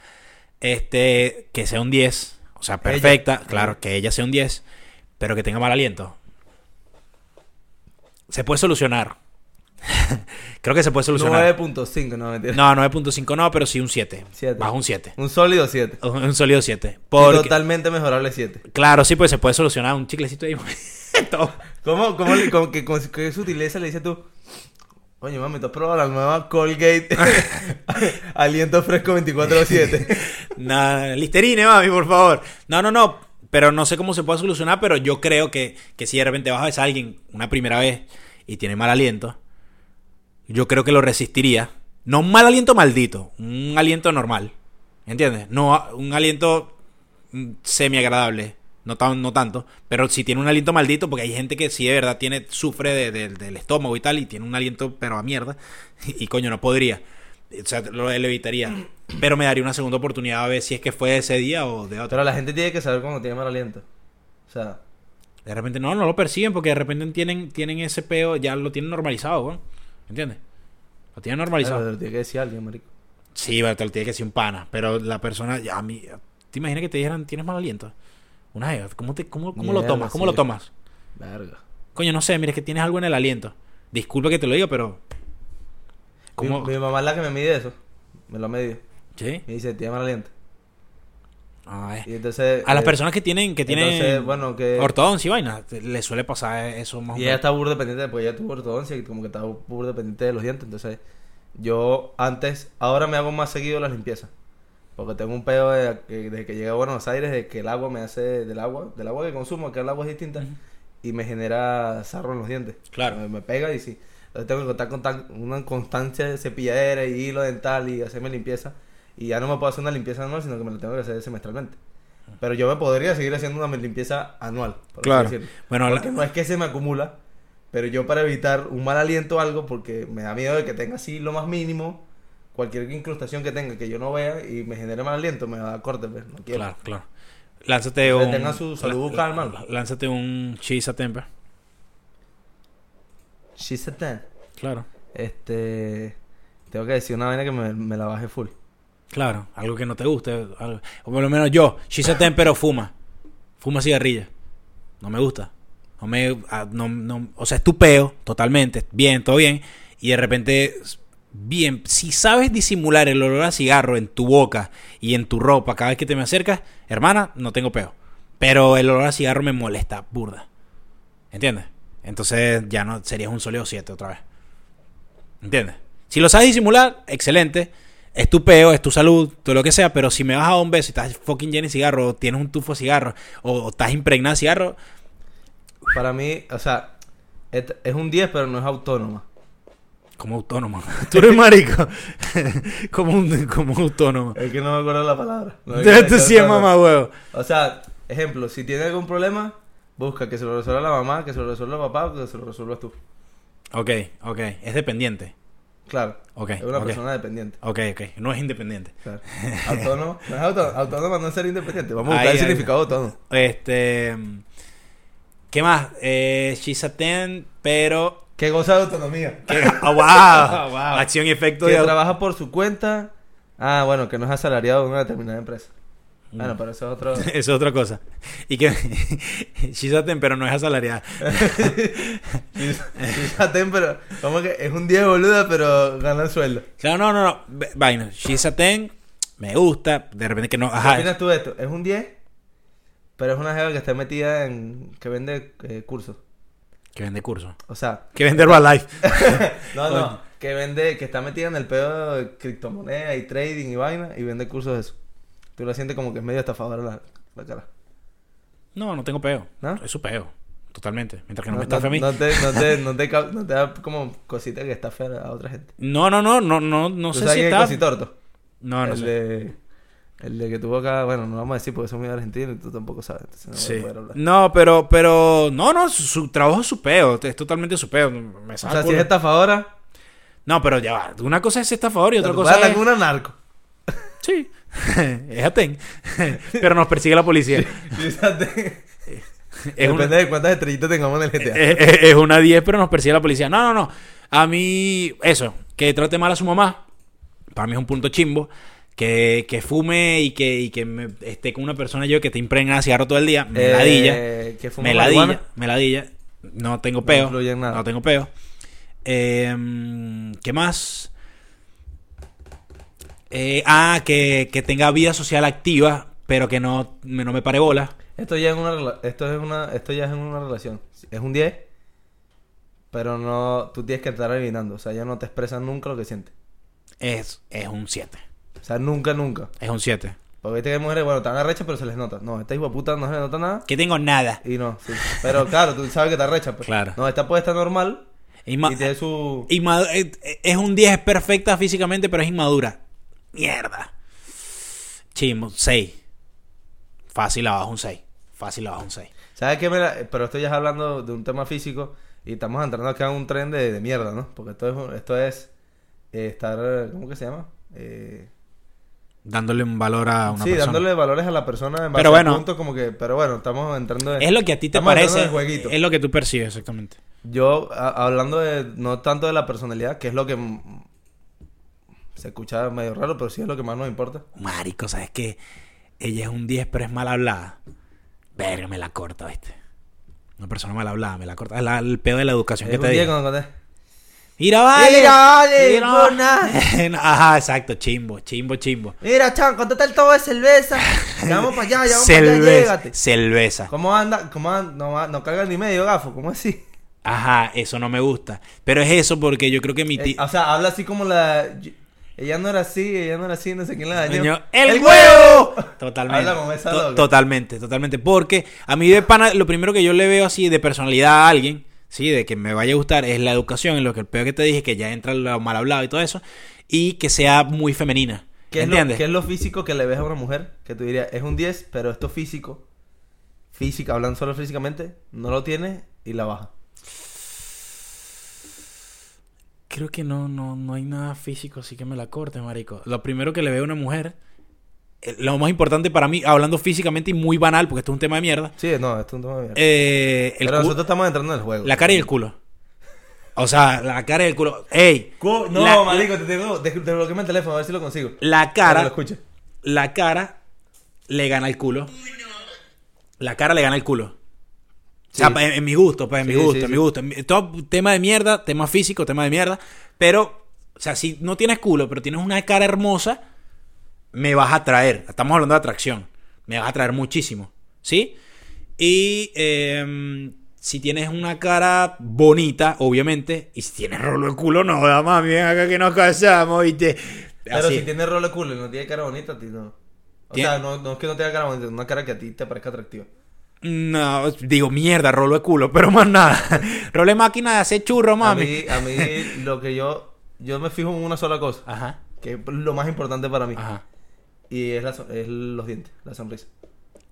S2: Este, que sea un 10. O sea, perfecta. Claro, que ella sea un 10. Pero que tenga mal aliento. Se puede solucionar. Creo que se puede solucionar.
S1: 9.5, no mentira.
S2: No, 9.5 no, pero sí un 7.
S1: Siete.
S2: Bajo un 7.
S1: Un sólido 7.
S2: Un, un sólido 7. Porque,
S1: Totalmente mejorable 7.
S2: Claro, sí, pues se puede solucionar un chiclecito ahí. Todo.
S1: ¿Cómo, cómo, le- cómo que, con qué sutileza le dices tú? Oye, mami, ¿tú has probado la nueva Colgate? Aliento fresco 24-7.
S2: Nada, Listerine, mami, por favor. No, no, no. Pero no sé cómo se puede solucionar, pero yo creo que, que si de repente vas a besar a alguien una primera vez y tiene mal aliento, yo creo que lo resistiría. No un mal aliento maldito, un aliento normal. ¿Entiendes? No a- un aliento semi agradable. No, tan, no tanto, pero si tiene un aliento maldito, porque hay gente que sí de verdad tiene, sufre de- de- del estómago y tal, y tiene un aliento pero a mierda, y, coño, no podría. O sea, lo, lo evitaría. Pero me daría una segunda oportunidad a ver si es que fue ese día o de otro.
S1: Pero la gente tiene que saber cuando tiene mal aliento. O sea,
S2: De repente, no, no lo persiguen porque de repente tienen, tienen ese peo, ya lo tienen normalizado, weón. ¿Entiendes? Lo tienen normalizado.
S1: claro, lo tiene que decir alguien, marico.
S2: Sí, pero te lo tiene que decir un pana. Pero la persona, ya, a mí, ¿te imaginas que te dijeran, tienes mal aliento? Una jeva, ¿cómo, te, cómo, cómo lo
S1: Mierda,
S2: tomas? ¿Cómo
S1: sí.
S2: lo tomas?
S1: Verga.
S2: Coño, no sé, mire, es que tienes algo en el aliento. Disculpa que te lo diga, pero.
S1: Mi,
S2: ¿Cómo?
S1: mi mamá es la que me mide eso. Me lo medido.
S2: ¿Sí?
S1: Me dice, tiene mal aliento.
S2: Ah,
S1: Y
S2: eh.
S1: entonces...
S2: A las
S1: eh,
S2: personas que tienen, que tienen
S1: entonces, bueno, que-
S2: ortodoncia y vaina, te- les suele pasar eso más o
S1: Y ella
S2: menos.
S1: está burda dependiente, porque ella tuvo ortodoncia y como que estaba burda dependiente de los dientes. Entonces, yo antes, ahora me hago más seguido las limpiezas. Porque tengo un pedo de que- desde que llegué a Buenos Aires, de que el agua me hace, del agua, del agua que consumo, que el agua es distinta, y me genera sarro en los dientes.
S2: Claro.
S1: Me, me pega y sí. Entonces tengo que contar con tan- una constancia de cepilladera y hilo dental y hacerme limpieza. Y ya no me puedo hacer una limpieza anual, sino que me lo tengo que hacer semestralmente. Pero yo me podría seguir haciendo una limpieza anual. por así
S2: Claro.
S1: decirlo.
S2: Bueno, la-
S1: Porque no es que se me acumula, pero yo para evitar un mal aliento o algo, porque me da miedo de que tenga así lo más mínimo, cualquier incrustación que tenga que yo no vea y me genere mal aliento, me va a dar corte, pues no quiero.
S2: Claro, claro. Lánzate
S1: Que
S2: un.
S1: tengan su salud
S2: la-
S1: bucal,
S2: la-
S1: mano.
S2: Lánzate un cheese a temper.
S1: She's a 10.
S2: Claro.
S1: Este. Tengo que decir una vaina que me, me la baje full.
S2: Claro, algo que no te guste. algo- O por lo menos yo, she's a ten, pero fuma. Fuma cigarrilla. No me gusta. No me, ah, no, no- o sea, es tu peo, totalmente. Bien, todo bien. Y de repente s- bien, si sabes disimular el olor a cigarro en tu boca y en tu ropa cada vez que te me acercas, hermana, no tengo peo. Pero el olor a cigarro me molesta, burda. ¿Entiendes? Entonces ya no serías un soleo 7 otra vez. ¿Entiendes? Si lo sabes disimular, excelente. Es tu peo, es tu salud, todo lo que sea, pero si me vas a dar un beso y estás fucking lleno de cigarro, o tienes un tufo de cigarro, o, o estás impregnada de cigarro,
S1: Para mí, o sea, et- es un 10, pero no es autónoma.
S2: como autónomo. Tú eres marico. como, un, como un autónomo.
S1: Es que no me acuerdo la palabra. No, es que-
S2: Tú Este sí es mamá huevo.
S1: O sea, ejemplo, si tiene algún problema, busca que se lo resuelva la mamá, que se lo resuelva papá, que se lo resuelvas tú.
S2: Ok, ok. Es dependiente.
S1: Claro.
S2: Ok,
S1: Es una
S2: ok.
S1: persona dependiente.
S2: Ok, ok. No es independiente.
S1: Claro. Autónomo. No es autónomo. Autónoma no es ser independiente. Vamos a
S2: Ahí,
S1: buscar el
S2: ahí.
S1: significado de autónomo.
S2: Este. ¿Qué más? Eh, she's a 10, pero.
S1: Que goza de autonomía.
S2: que- ah, wow.
S1: wow.
S2: Acción y efecto
S1: Que
S2: de.
S1: trabaja por su cuenta. Ah, bueno, que no es asalariado de una determinada empresa.
S2: Mm.
S1: Bueno, pero eso es otro.
S2: Eso es otra cosa. Y que. she's a 10, pero no es asalariada.
S1: Fíjate, pero. Como que es un 10 boluda, pero gana el sueldo.
S2: Claro, no, no, no. Ve- Vaina. She's a 10, me gusta. De repente que no.
S1: ¿Qué
S2: Ajá.
S1: opinas tú de esto? Es un 10, pero es una jeva que está metida en. que vende eh, cursos.
S2: Que vende curso.
S1: O sea,
S2: Que vende Herbalife.
S1: no, no. Que vende, que está metida en el pedo de criptomonedas y trading y vaina y vende cursos de eso. Tú la sientes como que es medio estafadora la, la cara.
S2: No, no tengo peo.
S1: ¿No?
S2: Es su peo. Totalmente. Mientras que no,
S1: No,
S2: me estafe a mí.
S1: no te, no, te, no, te, cau- no te da como cosita que estafe a, a otra gente.
S2: No, no, no, no, no, no
S1: ¿Tú
S2: sé
S1: sabes
S2: si
S1: quién es
S2: está.
S1: Cositorto?
S2: No, no
S1: el,
S2: sé.
S1: de, el de que tuvo acá, bueno, no vamos a decir porque son muy argentinos y tú tampoco sabes. Entonces no voy a
S2: Sí.
S1: poder hablar.
S2: No, pero, pero, no, no, su, su trabajo es su peo, es totalmente su peo. Me
S1: O
S2: sabe
S1: sea, si
S2: culo.
S1: es estafadora,
S2: No, pero ya va. Una cosa es estafador y otra
S1: la
S2: cosa es.
S1: una narco.
S2: Sí. es atén. pero nos persigue la policía.
S1: Fíjate.
S2: Es,
S1: Depende
S2: una, Eh,
S1: de cuántas estrellitas tengamos en el GTA.
S2: es- es- es una 10, pero nos persigue la policía. No, no, no. A mí, eso, que trate mal a su mamá, para mí es un punto chimbo. Que, que fume y que, y que me- esté con una persona yo que te impregna de cigarro todo el día, me
S1: Eh,
S2: ladilla.
S1: que fuma
S2: Meladilla,
S1: marihuana.
S2: meladilla. No tengo
S1: No
S2: peo. No,
S1: influye en nada.
S2: tengo peo. Eh, ¿Qué más? Eh, ah, que, que tenga vida social activa, pero que no me, no me pare bola.
S1: Esto ya es una rela- esto es una esto ya es una relación. Es un 10. Pero no tú tienes que estar adivinando, o sea, ya no te expresan nunca lo que sientes.
S2: Es, es un 7.
S1: O sea, nunca nunca.
S2: Es un 7.
S1: Porque viste que hay mujeres, bueno, están arrechas, pero se les nota. No, esta hijo de puta no se le nota nada.
S2: Que tengo nada.
S1: Y no, sí. Pero claro, tú sabes que está arrecha, pues.
S2: Claro.
S1: No, esta puede estar normal
S2: Inma-
S1: y tiene su
S2: inma- eh, eh, es un 10, es perfecta físicamente, pero es inmadura. Mierda. Chimo, 6. Fácil abajo un 6. Fácil abajo un 6.
S1: ¿Sabes qué? Mira, eh, pero esto ya es hablando de un tema físico y estamos entrando acá en un tren de, de mierda, ¿no? Porque esto es, un- esto es eh, estar, eh, ¿cómo que se llama? Eh,
S2: Dándole un valor a una
S1: sí,
S2: persona.
S1: dándole valores a la persona en base a
S2: Pero bueno.
S1: puntos como que, pero bueno, estamos entrando en-
S2: Es lo que a ti te
S1: estamos entrando
S2: parece.
S1: en el jueguito.
S2: Es lo que tú percibes, exactamente.
S1: Yo, a- hablando de, no tanto de la personalidad, que es lo que mm, se escucha medio raro, pero sí es lo que más nos importa.
S2: Marico, ¿sabes qué? Ella es un 10, pero es mal hablada. Verga, me la corta, ¿viste? Una persona mal hablada, me la corta. Es la- el pedo de la educación que
S1: Es
S2: te
S1: un día
S2: digo.
S1: cuando conté,
S2: ¡Mira, vale!
S1: Mira, vale,
S2: Mira.
S1: mona.
S2: Ajá, exacto. Chimbo, chimbo, chimbo.
S1: Mira, chan, ¿cuánto el todo de cerveza? Ya vamos para allá, ya vamos para allá,
S2: Cerveza.
S1: llégate.
S2: Cerveza.
S1: ¿Cómo anda? ¿Cómo anda? No, va- no carga ni medio, gafo. ¿Cómo así?
S2: Ajá, eso no me gusta. Pero es eso porque yo creo que mi
S1: Eh,
S2: tía.
S1: o sea, habla así como la... yo- Ella no era así, ella no era así, no sé quién la dañó.
S2: Coño, ¡El, huevo! Totalmente.
S1: Habla como esa
S2: To-
S1: loca.
S2: totalmente, totalmente. Porque a mí de pana, lo primero que yo le veo así de personalidad a alguien, sí, de que me vaya a gustar, es la educación, en lo que el peor que te dije, que ya entra lo mal hablado y todo eso, y que sea muy femenina.
S1: ¿Qué es, lo,
S2: ¿Entiendes?
S1: qué es lo físico que le ves a una mujer? Que tú dirías, es un 10, pero esto físico, física, hablando solo físicamente, no lo tiene y la baja.
S2: Creo que no, no, no hay nada físico, así que me la corte, marico. Lo primero que le veo a una mujer, eh, lo más importante para mí, hablando físicamente y muy banal, porque esto es un tema de mierda,
S1: Sí, no, esto es un tema de mierda.
S2: eh, el
S1: pero
S2: cu-
S1: nosotros estamos entrando en el juego.
S2: la cara y el culo. O sea, la cara y el culo. ¡Ey!
S1: Cu- No,
S2: la-
S1: marico, te tengo... des- Desbloqueame el teléfono, a ver si lo consigo. Para
S2: La
S1: que lo
S2: cara,
S1: escuche.
S2: la cara le gana el culo. La cara le gana el culo.
S1: Sí.
S2: O sea, pa- en, en mi gusto, pues en
S1: Sí,
S2: mi gusto,
S1: sí,
S2: en
S1: sí.
S2: mi gusto. En mi- todo tema de mierda, tema físico, tema de mierda. Pero O sea, si no tienes culo, pero tienes una cara hermosa, me vas a atraer. Estamos hablando de atracción. Me vas a atraer muchísimo. ¿Sí? Y em, si tienes una cara bonita, obviamente, y si tienes rolo de culo, no, da mami, ven acá que nos casamos, ¿viste?
S1: Pero
S2: Así.
S1: si tiene rolo de culo y no tiene cara bonita, a ti no. O
S2: Tiene-
S1: sea, no, no es que no tenga cara bonita, es una cara que a ti te parezca atractiva.
S2: No, digo mierda, rolo de culo, pero más nada. Rolo de máquina de hacer churro,
S1: A
S2: mami.
S1: mí, a mí lo que yo... Yo me fijo en una sola cosa,
S2: Ajá,
S1: que es lo más importante para mí.
S2: ajá.
S1: Y es, la so- es los dientes, la sonrisa.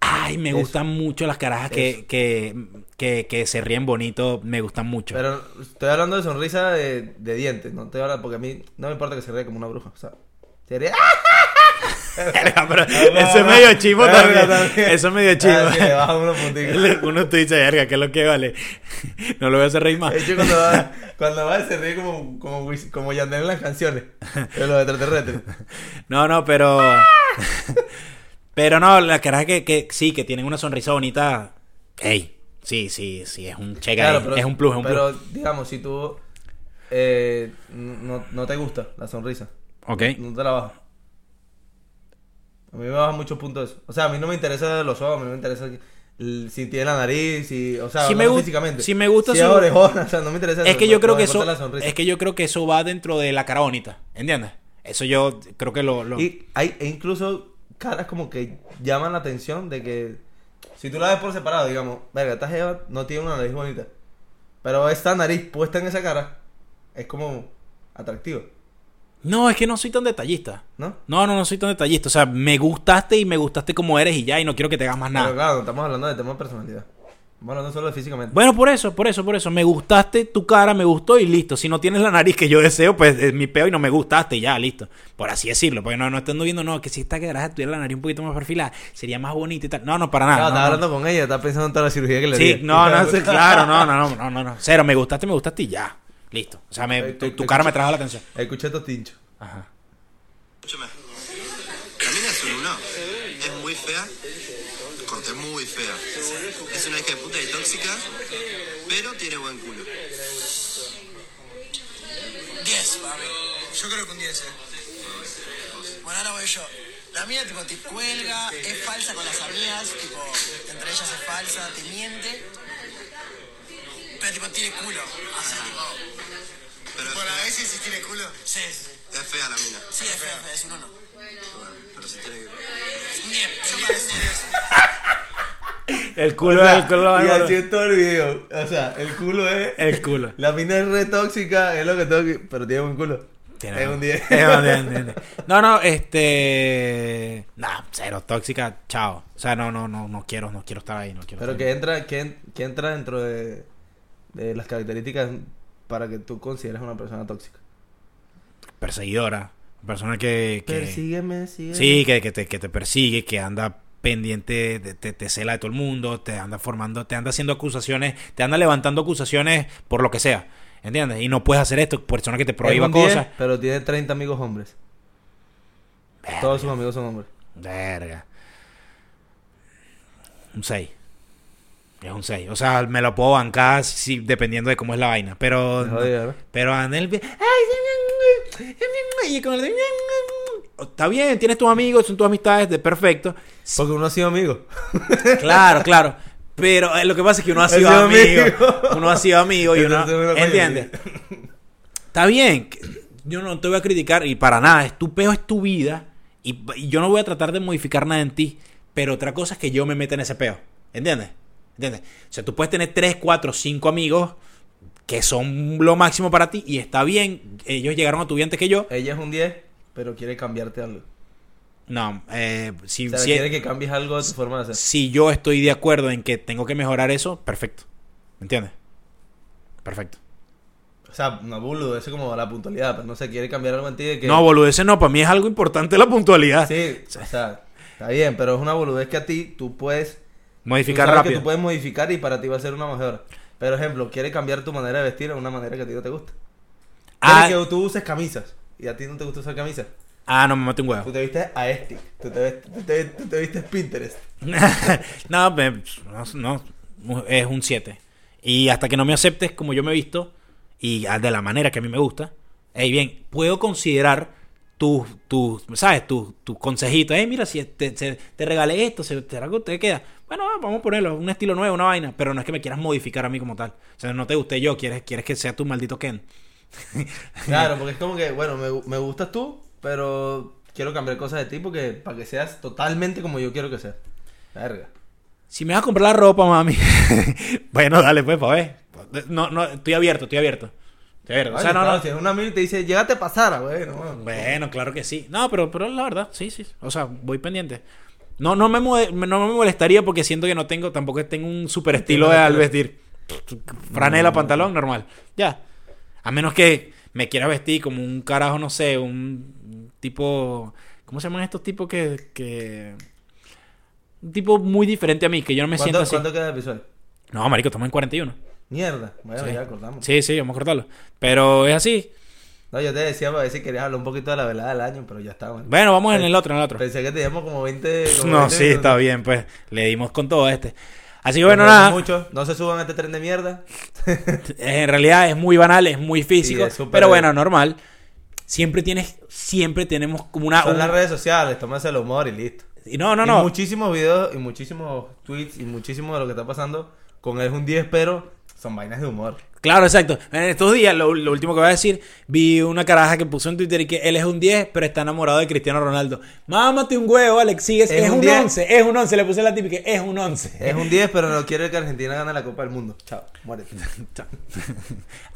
S2: Ay, me
S1: Eso.
S2: gustan mucho las carajas que, que, que, que se ríen bonito, me gustan mucho.
S1: Pero estoy hablando de sonrisa de, de dientes, no estoy hablando... Porque a mí no me importa que se ría como una bruja, o sea... Se ríe... ¡Ah!
S2: Verga, pero
S1: Verga,
S2: eso es
S1: verga.
S2: medio chivo
S1: Verga,
S2: también.
S1: también.
S2: Eso es medio
S1: Ah,
S2: chivo.
S1: sí, le baja unos puntitos.
S2: Uno te dice, verga, que es lo que vale. No lo voy a hacer reír más.
S1: De hecho, cuando va, cuando va se ríe como, como, Wisin- como Yandel en las canciones. De los extraterrestres.
S2: No, no, pero. Pero no, las carajas que, que sí, que tienen una sonrisa bonita. Ey, sí, sí, sí, es un cheque. ahí, es un plus, es un
S1: Pero, digamos, si tú eh, no, no te gusta la sonrisa,
S2: plus. Ok.
S1: no te la baja. A mí me baja muchos puntos eso. O sea, a mí no me interesa los ojos, a mí no me interesa el- si tiene la nariz, si, o sea,
S2: Si me
S1: no
S2: gu-
S1: físicamente.
S2: si me gusta
S1: si
S2: su-
S1: es orejona, o sea, no me interesa
S2: Es
S1: eso,
S2: que
S1: lo-
S2: yo creo
S1: lo
S2: que
S1: importa
S2: eso.
S1: es la sonrisa.
S2: Es que yo creo que eso va dentro de la cara bonita. ¿Entiendes? Eso yo creo que lo. lo-
S1: Y hay e incluso caras como que llaman la atención de que si tú la ves por separado, digamos, verga, esta jeva no tiene una nariz bonita, pero esta nariz puesta en esa cara es como atractivo,
S2: No, es que no soy tan detallista.
S1: ¿no?
S2: No, no, no soy tan detallista. O sea, me gustaste y me gustaste como eres y ya, y no quiero que te hagas más nada.
S1: Pero claro, no estamos hablando de tema de personalidad. Estamos hablando solo de físicamente.
S2: Bueno, por eso, por eso, por eso. Me gustaste tu cara, me gustó y listo. Si no tienes la nariz que yo deseo, pues es mi peo y no me gustaste y ya, listo. Por así decirlo. Porque no, no estando viendo, no, que si esta caraja tuviera la nariz un poquito más perfilada, sería más bonita y tal. No, no, para
S1: Claro,
S2: nada.
S1: estaba
S2: no, no.
S1: hablando con ella, estaba pensando en toda la cirugía que le
S2: Sí,
S1: di.
S2: no, no, sí, claro, no, no, no, no, no, no. Cero, me gustaste, me gustaste y ya. Listo. O sea, me-
S1: Ay,
S2: tu,
S1: te-
S2: tu
S1: te
S2: cara me
S1: escucho.
S2: trajo la atención.
S1: pues, Escuché estos tinchos.
S2: Ajá.
S6: Escúchame. La mina es un uno. Es muy fea. Corte muy fea. Es una hija de puta y tóxica. Pero tiene buen culo. 10, papi. Yo creo que un 10, eh. Bueno, ahora voy yo. La mía, tipo, te cuelga, es falsa con las amigas, tipo, entre ellas es falsa, te miente. Pero, tipo, tiene culo. Pero Por a veces sí tiene culo. Sí, sí, Es fea la mina. Sí, es fea, es un uno. Pero se tiene que... Bien, yo
S2: El culo, el culo,
S1: y así es todo el video. O sea, el culo es.
S2: El culo.
S1: La mina es re tóxica, es lo que tengo que. Pero tiene buen culo.
S2: Tiene-
S1: es un 10.
S2: Es un 10, un 10. No, no, este. Nah, cero, tóxica, chao. O sea, no, no, no, no quiero, no quiero estar ahí, no quiero
S1: Pero
S2: estar
S1: que
S2: ahí.
S1: entra, que, en- que entra dentro de, de las características para que tú consideres una persona tóxica.
S2: Perseguidora. Persona que. que-
S1: Persígueme, sígueme.
S2: sí, que, que te, que te persigue, que anda pendiente, de- te, te cela de todo el mundo, te anda formando, te anda haciendo acusaciones, te anda levantando acusaciones por lo que sea. ¿Entiendes? Y no puedes hacer esto, persona que te
S1: Es
S2: prohíba
S1: un 10,
S2: cosas.
S1: pero tiene 30 amigos hombres.
S2: Verga,
S1: Todos sus amigos son hombres.
S2: Verga. Un 6. Es un 6. O sea, me lo puedo bancar si, dependiendo de cómo es la vaina. Pero.
S1: Te jodía, ¿no?
S2: Pero anda el. Ay, sí, y con el- Está bien, tienes tus amigos, son tus amistades, de perfecto.
S1: Porque uno ha sido amigo.
S2: Claro, claro. Pero eh, lo que pasa es que uno ha
S1: Ese
S2: sido amigo.
S1: amigo.
S2: Uno ha sido amigo y uno.
S1: Entonces, uno coño,
S2: ¿Entiendes? Está bien. que- Yo no te voy a criticar y para nada. Es tu peo, es tu vida. Y, y yo no voy a tratar de modificar nada en ti. Pero otra cosa es que yo me meta en ese peo. ¿Entiendes? ¿Entiendes? O sea, tú puedes tener 3, 4, 5 amigos que son lo máximo para ti y está bien. Ellos llegaron a tu vida antes que yo.
S1: Ella es un 10, pero quiere cambiarte algo.
S2: No, eh, si,
S1: O sea,
S2: si-
S1: quiere que cambies algo de tu forma de hacer.
S2: si yo estoy de acuerdo en que tengo que mejorar eso, perfecto. ¿Me entiendes? Perfecto.
S1: O sea, no boludo, eso es como la puntualidad. Pero no sé, quiere cambiar algo en ti de que.
S2: No, boludez, no. Para mí es algo importante la puntualidad.
S1: Sí, o sea, está bien, pero es una boludez que a ti tú puedes Tú
S2: Modificar
S1: sabes que
S2: rápido.
S1: tú puedes modificar y para ti va a ser una mejor. Pero ejemplo, quieres cambiar tu manera de vestir a una manera que a ti no te gusta.
S2: Ah,
S1: Quieres que tú uses camisas y a ti no te gusta usar camisas.
S2: ah, no, me maté un
S1: Tú
S2: huevo.
S1: te viste a este, tú te, ves- tú te- tú te viste Pinterest.
S2: no, me- no, no, es un 7. Y hasta que no me aceptes como yo me he visto y de la manera que a mí me gusta, Ey, bien, puedo considerar tus, tus ¿sabes? Tus tus consejitos. Ey, mira, si te, te- te regalé esto, se- ¿será que te queda? Bueno, ah, vamos a ponerlo, un estilo nuevo, una vaina. Pero no es que me quieras modificar a mí como tal. O sea, no te guste yo, quieres, quieres que sea tu maldito Ken.
S1: Claro, porque es como que, bueno, me, gu- me gustas tú, pero quiero cambiar cosas de ti porque para que seas totalmente como yo quiero que seas. Verga.
S2: Si me vas a comprar la ropa, mami. bueno, dale, pues, pa' ver. No, no, estoy abierto, estoy abierto. Estoy abierto. O sea,
S1: Oye,
S2: no,
S1: claro,
S2: no.
S1: Si es una mil y te dice, llegate a pasar, güey. No, no.
S2: Bueno, claro que sí. No, pero, pero la verdad, sí, sí. O sea, voy pendiente. No, no, me, mode- no me molestaría porque siento que no tengo, tampoco tengo un super estilo de al vestir. Franela, pantalón, normal. Ya. A menos que me quiera vestir como un carajo, no sé, un tipo. ¿Cómo se llaman estos tipos que. que... Un tipo muy diferente a mí, que yo no me siento
S1: ¿Cuánto,
S2: así.
S1: cuánto queda el episodio?
S2: No, marico, estamos en 41.
S1: Mierda. Bueno,
S2: Sí.
S1: ya cortamos.
S2: Sí, sí, vamos a cortarlo. Pero es así.
S1: No, yo te decía para ver si querías hablar un poquito de la velada del año, pero ya está, bueno.
S2: Bueno, vamos en
S1: Pe-
S2: el otro, en el otro.
S1: Pensé que teníamos como 20. como
S2: No,
S1: 20
S2: sí, está
S1: minutos.
S2: bien, pues. Le dimos con todo este. Así que
S1: Los
S2: bueno,
S1: queremos
S2: nada.
S1: mucho. No se suban a este tren de mierda.
S2: En realidad es muy banal, es muy físico.
S1: es súper
S2: pero bueno,
S1: bien.
S2: normal. Siempre tienes, siempre tenemos como una.
S1: Son
S2: Ah, un-
S1: las redes sociales, tómense el humor y listo.
S2: y No, no,
S1: Y
S2: no.
S1: muchísimos videos y muchísimos tweets y muchísimo de lo que está pasando con él es un 10, pero son vainas de humor.
S2: Claro, exacto. En estos días, lo, lo último que voy a decir, vi una caraja que puso en Twitter y que él es un 10, pero está enamorado de Cristiano Ronaldo. Mámate un huevo, Alex. Sí, es,
S1: Es
S2: es
S1: un
S2: un
S1: 10.
S2: 11, es un 11. Le puse la típica, es un 11.
S1: Es un 10, pero no quiere que Argentina gane la Copa del Mundo. Chao, muérete.
S2: Chao.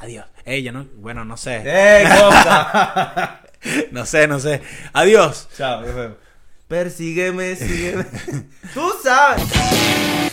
S2: Adiós. Ella no, bueno, no sé.
S1: ¡Eh, Copa!
S2: No sé, no sé. Adiós.
S1: Chao, nos vemos. Persígueme, sígueme. Tú sabes.